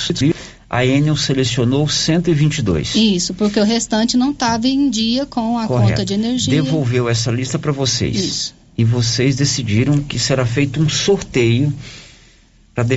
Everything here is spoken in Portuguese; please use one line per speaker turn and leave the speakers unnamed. subsídio, a Enel selecionou 122.
Isso, porque o restante não estava em dia com a
Correto.
conta de energia.
Devolveu essa lista para vocês.
Isso.
E vocês decidiram que será feito um sorteio para